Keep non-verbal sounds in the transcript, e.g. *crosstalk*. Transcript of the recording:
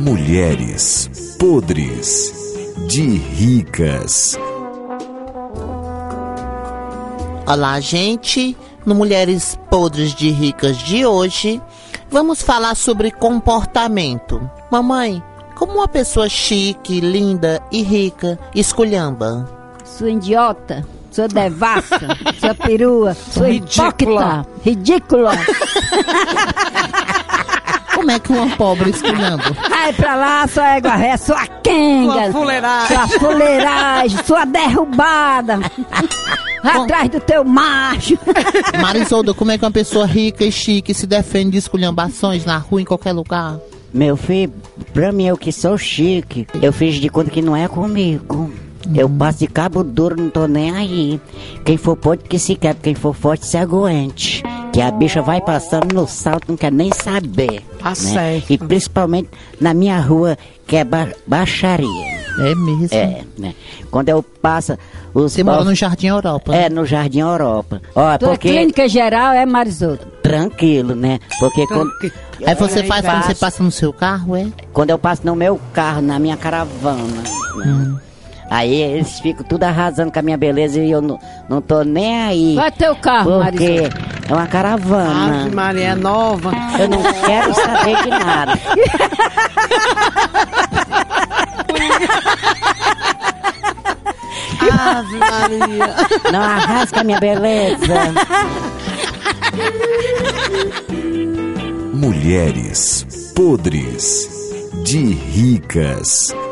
Mulheres podres de ricas. Olá, gente. No Mulheres Podres de Ricas de hoje, vamos falar sobre comportamento. Mamãe, como uma pessoa chique, linda e rica esculhamba? Sua idiota, *laughs* sua devassa, sua perua, sua Ridícula. hipócrita, ridícula. Como é que uma pobre *laughs* esculhamba? Vai pra lá, sua égua ré, sua Sua quenga, fuleiragem. sua fuleiragem, sua *laughs* derrubada. Vai Atrás do teu macho. Marisolda, como é que uma pessoa rica e chique se defende de esculhambações na rua, em qualquer lugar? Meu filho, pra mim eu que sou chique, eu fiz de conta que não é comigo. Eu Uhum. passo de cabo duro, não tô nem aí. Quem for podre que se quer, quem for forte se aguente. Que a bicha vai passando no salto, não quer nem saber. né? Tá certo. E principalmente na minha rua, que é ba- baixaria. É mesmo. É, né? Quando eu passo os. Você mora bofs- no Jardim Europa. né? É, no Jardim Europa. Ó, é Tua porque. clínica geral é Marisoto. Tranquilo, né? Porque quando. Aí você faz quando você Faz. passa no seu carro, é? Quando eu passo no meu carro, na minha caravana. né? Hum. Aí eles ficam tudo arrasando com a minha beleza e eu não, não tô nem aí. Vai teu carro, Porque Marisoto. é uma caravana. Ave Maria é nova. Eu não quero saber de nada. *laughs* Ave Maria. Não arrasa com a minha beleza. Mulheres podres de ricas.